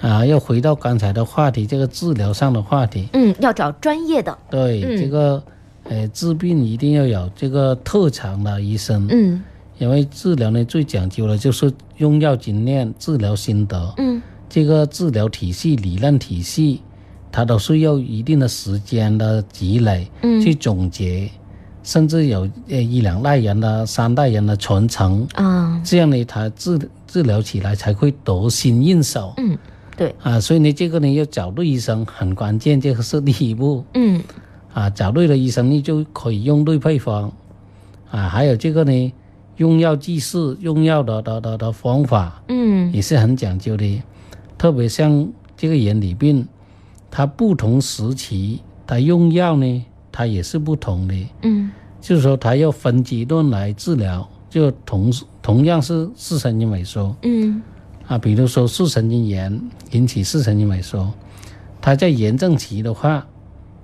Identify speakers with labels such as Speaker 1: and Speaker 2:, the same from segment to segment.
Speaker 1: 啊，又回到刚才的话题，这个治疗上的话题。
Speaker 2: 嗯，要找专业的，
Speaker 1: 对，
Speaker 2: 嗯
Speaker 1: 这个，呃，治病一定要有这个特长的医生，
Speaker 2: 嗯
Speaker 1: 因为治疗呢最讲究的就是用药经验、治疗心得，
Speaker 2: 嗯
Speaker 1: 这个治疗体系、理论体系，它都是要一定的时间的积累，
Speaker 2: 嗯
Speaker 1: 去总结，甚至有呃一两代人的、三代人的传承，
Speaker 2: 啊，
Speaker 1: 这样呢，它治治疗起来才会得心应手。
Speaker 2: 嗯，对，
Speaker 1: 啊，所以呢，这个呢要找对医生很关键，这个是第一步
Speaker 2: 嗯
Speaker 1: 啊。找对了医生，你就可以用对配方啊。还有这个呢，用药技术、用药的的的的方法
Speaker 2: 嗯
Speaker 1: 也是很讲究的，特别像这个眼底病，它不同时期它用药呢，它也是不同的。
Speaker 2: 嗯
Speaker 1: 就是说，它要分阶段来治疗，就同时同样是视神经萎缩。
Speaker 2: 嗯
Speaker 1: 啊，比如说视神经炎引起视神经萎缩，它在炎症期的话，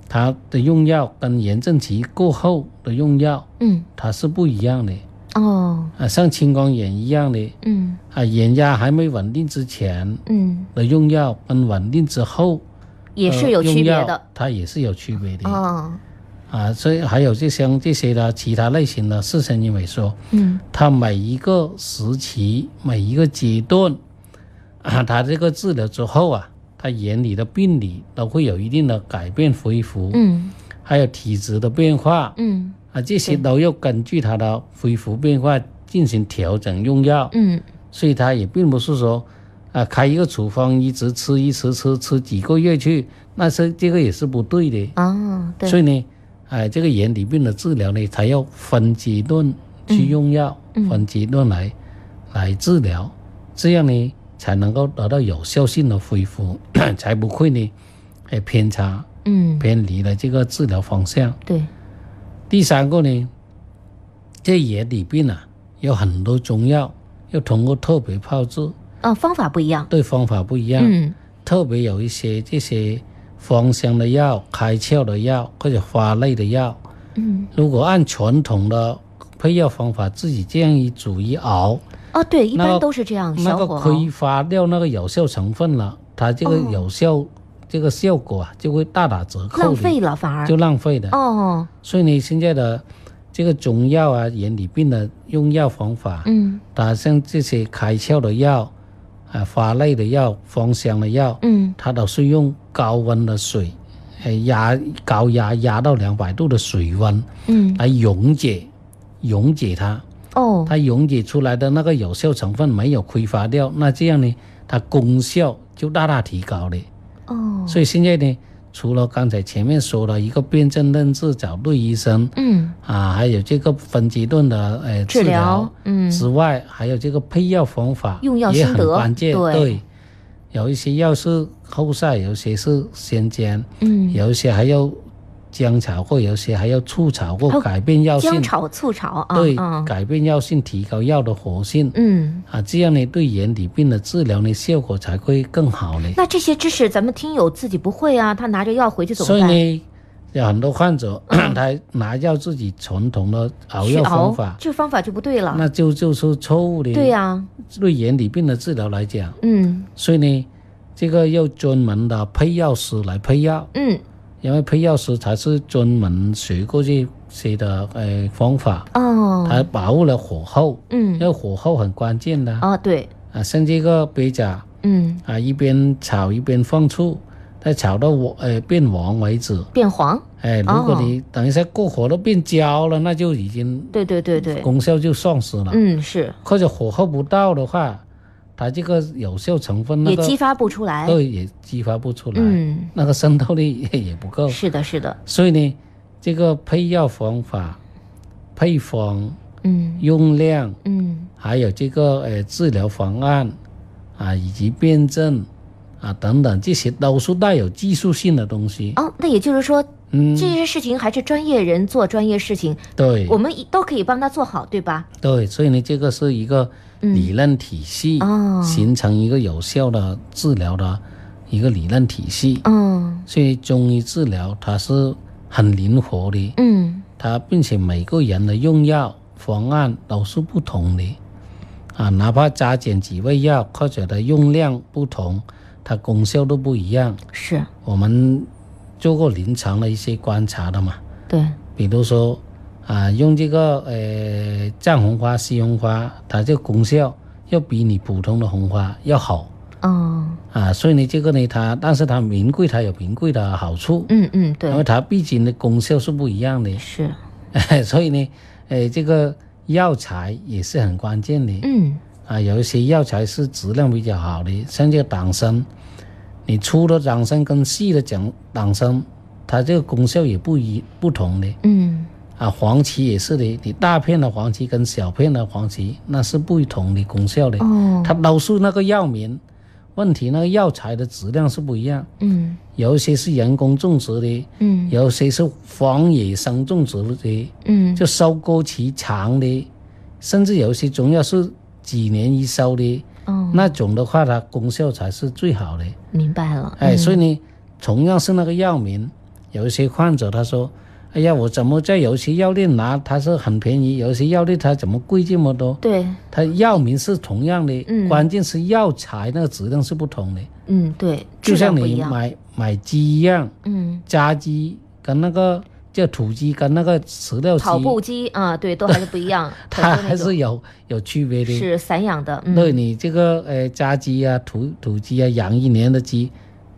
Speaker 1: 它的用药跟炎症期过后的用药
Speaker 2: 嗯，
Speaker 1: 它是不一样的
Speaker 2: 哦，
Speaker 1: 啊，像青光眼一样的
Speaker 2: 嗯
Speaker 1: 啊，眼压还没稳定之前
Speaker 2: 嗯，
Speaker 1: 的用药跟稳定之后
Speaker 2: 也
Speaker 1: 呃
Speaker 2: 是有区
Speaker 1: 用
Speaker 2: 别
Speaker 1: 药
Speaker 2: 的，
Speaker 1: 它也是有区别的、
Speaker 2: 哦，
Speaker 1: 啊，所以还有这些这些的其他类型的视神经萎缩，
Speaker 2: 嗯
Speaker 1: 它每一个时期、每一个阶段啊，它这个治疗之后啊，它眼里的病理都会有一定的改变恢复，
Speaker 2: 嗯
Speaker 1: 还有体质的变化
Speaker 2: 嗯
Speaker 1: 啊，这些都要根据它的恢复变化进行调整用药，
Speaker 2: 嗯
Speaker 1: 所以它也并不是说啊开一个处方一直吃一直吃吃几个月去，那是这个也是不对的。
Speaker 2: 哦，
Speaker 1: 所
Speaker 2: 对，
Speaker 1: 以呢，哎，这个眼底病的治疗呢，它要分阶段去用药，
Speaker 2: 嗯
Speaker 1: 分阶段来来治疗，这样呢才能够得到有效性的恢复， 才不会呢，哎偏差
Speaker 2: 嗯
Speaker 1: 偏离了这个治疗方向。
Speaker 2: 对，
Speaker 1: 第三个呢，这眼底病啊，有很多中药，要通过特别炮制，
Speaker 2: 哦，方法不一样，
Speaker 1: 对方法不一样。
Speaker 2: 嗯
Speaker 1: 特别有一些这些芳香的药、开窍的药或者花类的药，
Speaker 2: 嗯，
Speaker 1: 如果按传统的配药方法自己这样一煮一熬，
Speaker 2: 哦，对，一
Speaker 1: 那
Speaker 2: 般
Speaker 1: 个
Speaker 2: 都是这样，
Speaker 1: 那
Speaker 2: 嗯小
Speaker 1: 个
Speaker 2: 火
Speaker 1: 挥
Speaker 2: 候，
Speaker 1: 发掉那个有效成分了，它这个
Speaker 2: 哦
Speaker 1: 有效、这个效果啊就会大打折扣的，
Speaker 2: 浪费了反而
Speaker 1: 就，浪费的。
Speaker 2: 哦，
Speaker 1: 所以呢，现在的这个中药啊、眼底病的用药方法，
Speaker 2: 嗯
Speaker 1: 它像这些开窍的药、啊花类的药、芳香的药，
Speaker 2: 嗯
Speaker 1: 它都是用高温的水，呃压高压压到两百度的水温
Speaker 2: 嗯，
Speaker 1: 来溶解，溶解它，
Speaker 2: 哦，
Speaker 1: 它溶解出来的那个有效成分没有挥发掉，那这样呢，它功效就大大提高了。
Speaker 2: 哦，
Speaker 1: 所以现在呢，除了刚才前面说的一个辨证论治，找对医生
Speaker 2: 嗯。
Speaker 1: 啊，还有这个分阶段的呃
Speaker 2: 治
Speaker 1: 治
Speaker 2: 疗
Speaker 1: 疗，
Speaker 2: 嗯
Speaker 1: 之外，还有这个配药方法
Speaker 2: 用药
Speaker 1: 也
Speaker 2: 心
Speaker 1: 很
Speaker 2: 得
Speaker 1: 关键。
Speaker 2: 对
Speaker 1: 有一些药是后晒，有些是先煎，
Speaker 2: 嗯，
Speaker 1: 有一些还要姜炒过，有些还要醋炒
Speaker 2: 还
Speaker 1: 过，
Speaker 2: 有
Speaker 1: 改变药性
Speaker 2: 姜，炒、醋炒啊，
Speaker 1: 对，
Speaker 2: 嗯
Speaker 1: 改变药性，提高药的活性
Speaker 2: 嗯，
Speaker 1: 啊，这样呢，对眼底病的治疗呢，效果才会更好呢。
Speaker 2: 那这些知识咱们听友自己不会啊，他拿着药回去怎
Speaker 1: 所
Speaker 2: 么
Speaker 1: 以
Speaker 2: 办？
Speaker 1: 呢，有很多患者 他拿药自己传统的熬
Speaker 2: 去
Speaker 1: 药
Speaker 2: 熬
Speaker 1: 方法，
Speaker 2: 这方法就不对了。
Speaker 1: 那就就是错误的。
Speaker 2: 对呀、
Speaker 1: 对眼底病的治疗来讲。
Speaker 2: 嗯
Speaker 1: 所以呢，这个要专门的配药师来配药，
Speaker 2: 嗯
Speaker 1: 因为配药师才是专门学过这些的呃方法，
Speaker 2: 哦
Speaker 1: 他把握了火候，因
Speaker 2: 嗯
Speaker 1: 为火候很关键的
Speaker 2: 啊对
Speaker 1: 啊，像这个鳖甲
Speaker 2: 嗯
Speaker 1: 啊，一边炒一边放醋，再炒到我呃变黄为止。
Speaker 2: 变黄，
Speaker 1: 哎，如
Speaker 2: 哦
Speaker 1: 果你等一下过火都变焦了，那就已经
Speaker 2: 对对对对，
Speaker 1: 功效就丧失了。
Speaker 2: 嗯是
Speaker 1: 或者火候不到的话，它这个有效成分那
Speaker 2: 也
Speaker 1: 个
Speaker 2: 激发不出来。
Speaker 1: 对也激发不出来。
Speaker 2: 嗯，
Speaker 1: 那个渗透力也也不够。
Speaker 2: 是的是的，
Speaker 1: 所以呢，这个配药方法、配方、
Speaker 2: 嗯
Speaker 1: 用量，
Speaker 2: 嗯
Speaker 1: 还有这个呃治疗方案啊，以及辩证啊等等，这些都是带有技术性的东西。
Speaker 2: 哦，那也就是说这
Speaker 1: 嗯，
Speaker 2: 些事情还是专业人做专业事情，
Speaker 1: 对
Speaker 2: 我们一都可以帮他做好，对吧？
Speaker 1: 对，所以呢，这个是一个理论体系，
Speaker 2: 哦
Speaker 1: 形成一个有效的治疗的一个理论体系。
Speaker 2: 嗯
Speaker 1: 所以中医治疗它是很灵活的，
Speaker 2: 嗯
Speaker 1: 它并且每个人的用药方案都是不同的，啊，哪怕加减几味药或者的用量不同，它功效都不一样。
Speaker 2: 是，
Speaker 1: 我们做过临床的一些观察的嘛，
Speaker 2: 对，
Speaker 1: 比如说啊，用这个呃藏红花、西红花，它这个功效要比你普通的红花要好
Speaker 2: 嗯
Speaker 1: 啊，所以呢，这个呢，它但是它名贵，它有名贵的好处，
Speaker 2: 嗯嗯，
Speaker 1: 因为
Speaker 2: 对，
Speaker 1: 它毕竟的功效是不一样的，
Speaker 2: 是，
Speaker 1: 所以呢，呃，这个药材也是很关键的。
Speaker 2: 嗯
Speaker 1: 啊，有一些药材是质量比较好的，像这个党参，你粗的党参跟细的讲党参，它这个功效也不一不同的
Speaker 2: 嗯
Speaker 1: 啊。黄芪也是的，你大片的黄芪跟小片的黄芪那是不同的功效的，
Speaker 2: 哦，
Speaker 1: 它都是那个药名，问题那个药材的质量是不一样，
Speaker 2: 嗯
Speaker 1: 有一些是人工种植的，
Speaker 2: 嗯
Speaker 1: 有一些是荒野生种植的，
Speaker 2: 嗯，
Speaker 1: 就收割期长的，甚至有一些中药是几年一收的。
Speaker 2: 哦，
Speaker 1: 那种的话，它功效才是最好的。
Speaker 2: 明白了，
Speaker 1: 哎，
Speaker 2: 嗯
Speaker 1: 所以呢，同样是那个药名，有一些患者他说：“哎呀，我怎么在有些药店拿它是很便宜，有些药店它怎么贵这么多
Speaker 2: 对，？”
Speaker 1: 它药名是同样的，
Speaker 2: 嗯
Speaker 1: 关键是药材那个质量是不同的。
Speaker 2: 嗯对，
Speaker 1: 就
Speaker 2: 质量
Speaker 1: 像
Speaker 2: 不一
Speaker 1: 你
Speaker 2: 样，
Speaker 1: 买买鸡一样，
Speaker 2: 嗯，
Speaker 1: 家鸡跟那个叫土鸡跟那个饲料鸡，，
Speaker 2: 跑步机啊，对，都还是不一样
Speaker 1: 它
Speaker 2: 很多那
Speaker 1: 还
Speaker 2: 种
Speaker 1: 是有有区别的。
Speaker 2: 是散养的，
Speaker 1: 对
Speaker 2: 嗯，
Speaker 1: 你这个呃家鸡啊、土土鸡啊，养一年的鸡，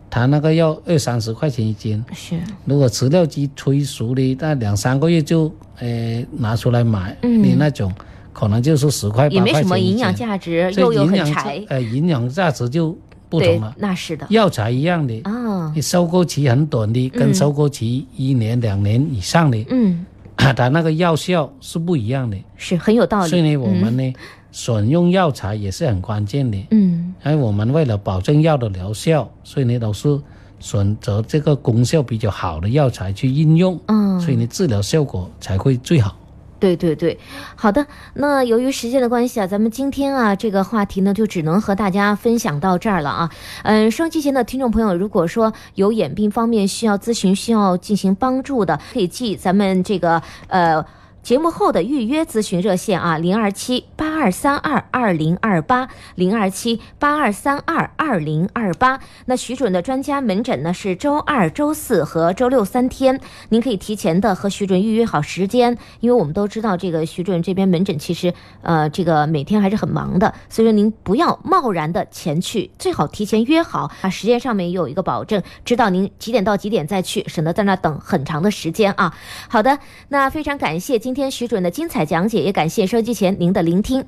Speaker 1: 它那个要二三十块钱一斤。
Speaker 2: 是，
Speaker 1: 如果饲料鸡催熟的，那两三个月就呃拿出来买，
Speaker 2: 嗯
Speaker 1: 你那种可能就是十块
Speaker 2: 也
Speaker 1: 八
Speaker 2: 没
Speaker 1: 块
Speaker 2: 什么
Speaker 1: 钱一
Speaker 2: 营
Speaker 1: 斤
Speaker 2: 养，价值，
Speaker 1: 所
Speaker 2: 肉
Speaker 1: 以
Speaker 2: 又
Speaker 1: 营
Speaker 2: 很
Speaker 1: 养价
Speaker 2: 柴，
Speaker 1: 呃营养价值就不
Speaker 2: 对
Speaker 1: 同了，。
Speaker 2: 那是的，
Speaker 1: 药材一样的，
Speaker 2: 啊
Speaker 1: 你，收割期很短的，跟
Speaker 2: 嗯
Speaker 1: 收割期一年两年以上的，
Speaker 2: 嗯，
Speaker 1: 它那个药效是不一样的。
Speaker 2: 是很有道
Speaker 1: 所以
Speaker 2: 理，
Speaker 1: 呢，我们呢选用药材也是很关键的。
Speaker 2: 嗯
Speaker 1: 而我们为了保证药的疗效，所以呢，都是选择这个功效比较好的药材去应用，
Speaker 2: 嗯，
Speaker 1: 所以呢，治疗效果才会最好。
Speaker 2: 对对对，好的。那由于时间的关系啊，咱们今天啊这个话题呢，就只能和大家分享到这儿了啊。嗯，收音机前的听众朋友，如果说有眼病方面需要咨询、需要进行帮助的，可以记咱们这个呃。节目后的预约咨询热线啊，零二七八二三二二零二八，零二七八二三二二零二八。那徐准的专家门诊呢是周二、周四和周六三天，您可以提前的和徐准预约好时间，因为我们都知道这个徐准这边门诊其实呃这个每天还是很忙的，所以说您不要贸然的前去，最好提前约好啊，时间上面也有一个保证，知道您几点到几点再去，省得在那等很长的时间啊。好的，那非常感谢今天徐准的精彩讲解，也感谢收机前您的聆听。